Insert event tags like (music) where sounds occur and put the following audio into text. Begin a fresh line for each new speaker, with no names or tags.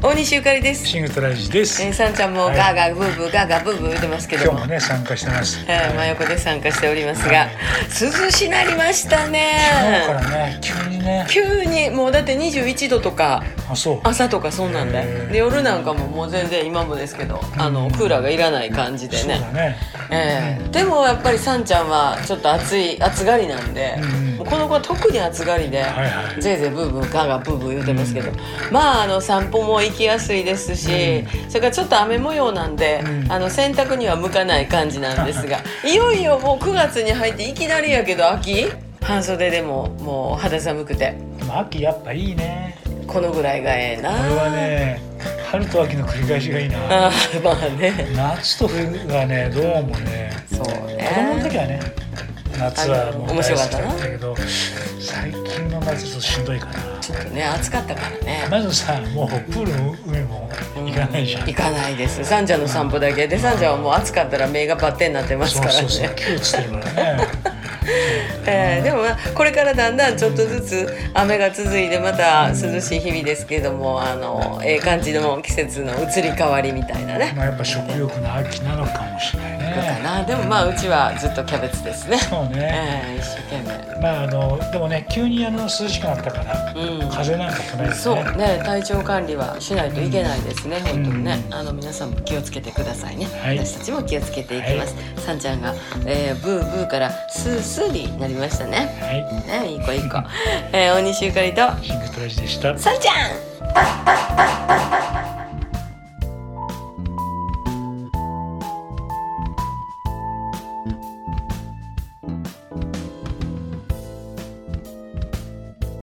大西ゆかりです。
シングトラジです。
えー、
今
さんちゃんも
はい
ガーガーブーブーガーガーブーブー言ってますけ
日
ども、
もね参加してます。今
はい、真横で参加しておりますが、
はい
涼しなりました
日か
ね。
らね急にね。
急にもうだって21度とか
あそう。
朝とかそうなんだ
へ
よ
ー
で夜なんかももう全然今もですけどあのクーラーがいらない感じで
そう
ね
だね。
ええでもやっぱりさんちゃんはちょっと暑い暑がりなんで、
うんうん
もうこの子は特に暑がりで、
いはい
ぜいぜいブーブーガーガーブーブー言ってますけど、まああの散歩も行きやすいですし、それからちょっと雨模様なんで、
うん
あの洗濯には向かない感じなんですがいよいよもう9月に入っていきなりやけど秋半袖でももう肌寒くて
でも秋やっぱいいね。
このぐらいがええな
これはね春と秋の繰り返しがいいな。
あーまあね
夏と冬がねどうもね
そうね
子供の時はね夏はもう
面
大
白か
好
っ
き
たな
だったけど最近の夏ちょっとしんどいかな。
ちょっとね暑かったからね
まずさもうプールも海も行かないじゃん。
行かないですサンジャの散歩だけでサンジャはもう暑かったら目がバッテンになってます
そ
か
う
らね
そうそう。気をつけてるからね。
えーでもまあこれからだんだんちょっとずつ雨が続いてまた涼しい日々ですけどもあのええ感じの季節の移り変わりみたいなね
まあやっぱ食欲の秋なのかもしれない
どうか
ね。
なでもまあうちはずっとキャベツですね、
そう
え
ね。
ー一生懸命
まああのでもね急にあの涼しくなったから、
うん
風邪なんか来ないです
そう
ね。
ね体調管理はしないといけないですね、本当にね
う
あの皆さんも気をつけてくださいね、
はい
私たちも気をつけていきます、さんちゃんが、えーブーブーからスースーになりましたね
は
ね、いい子
(laughs)
いい子。えー、大西ゆかりと、
い、シングトラジでした。
さんちゃん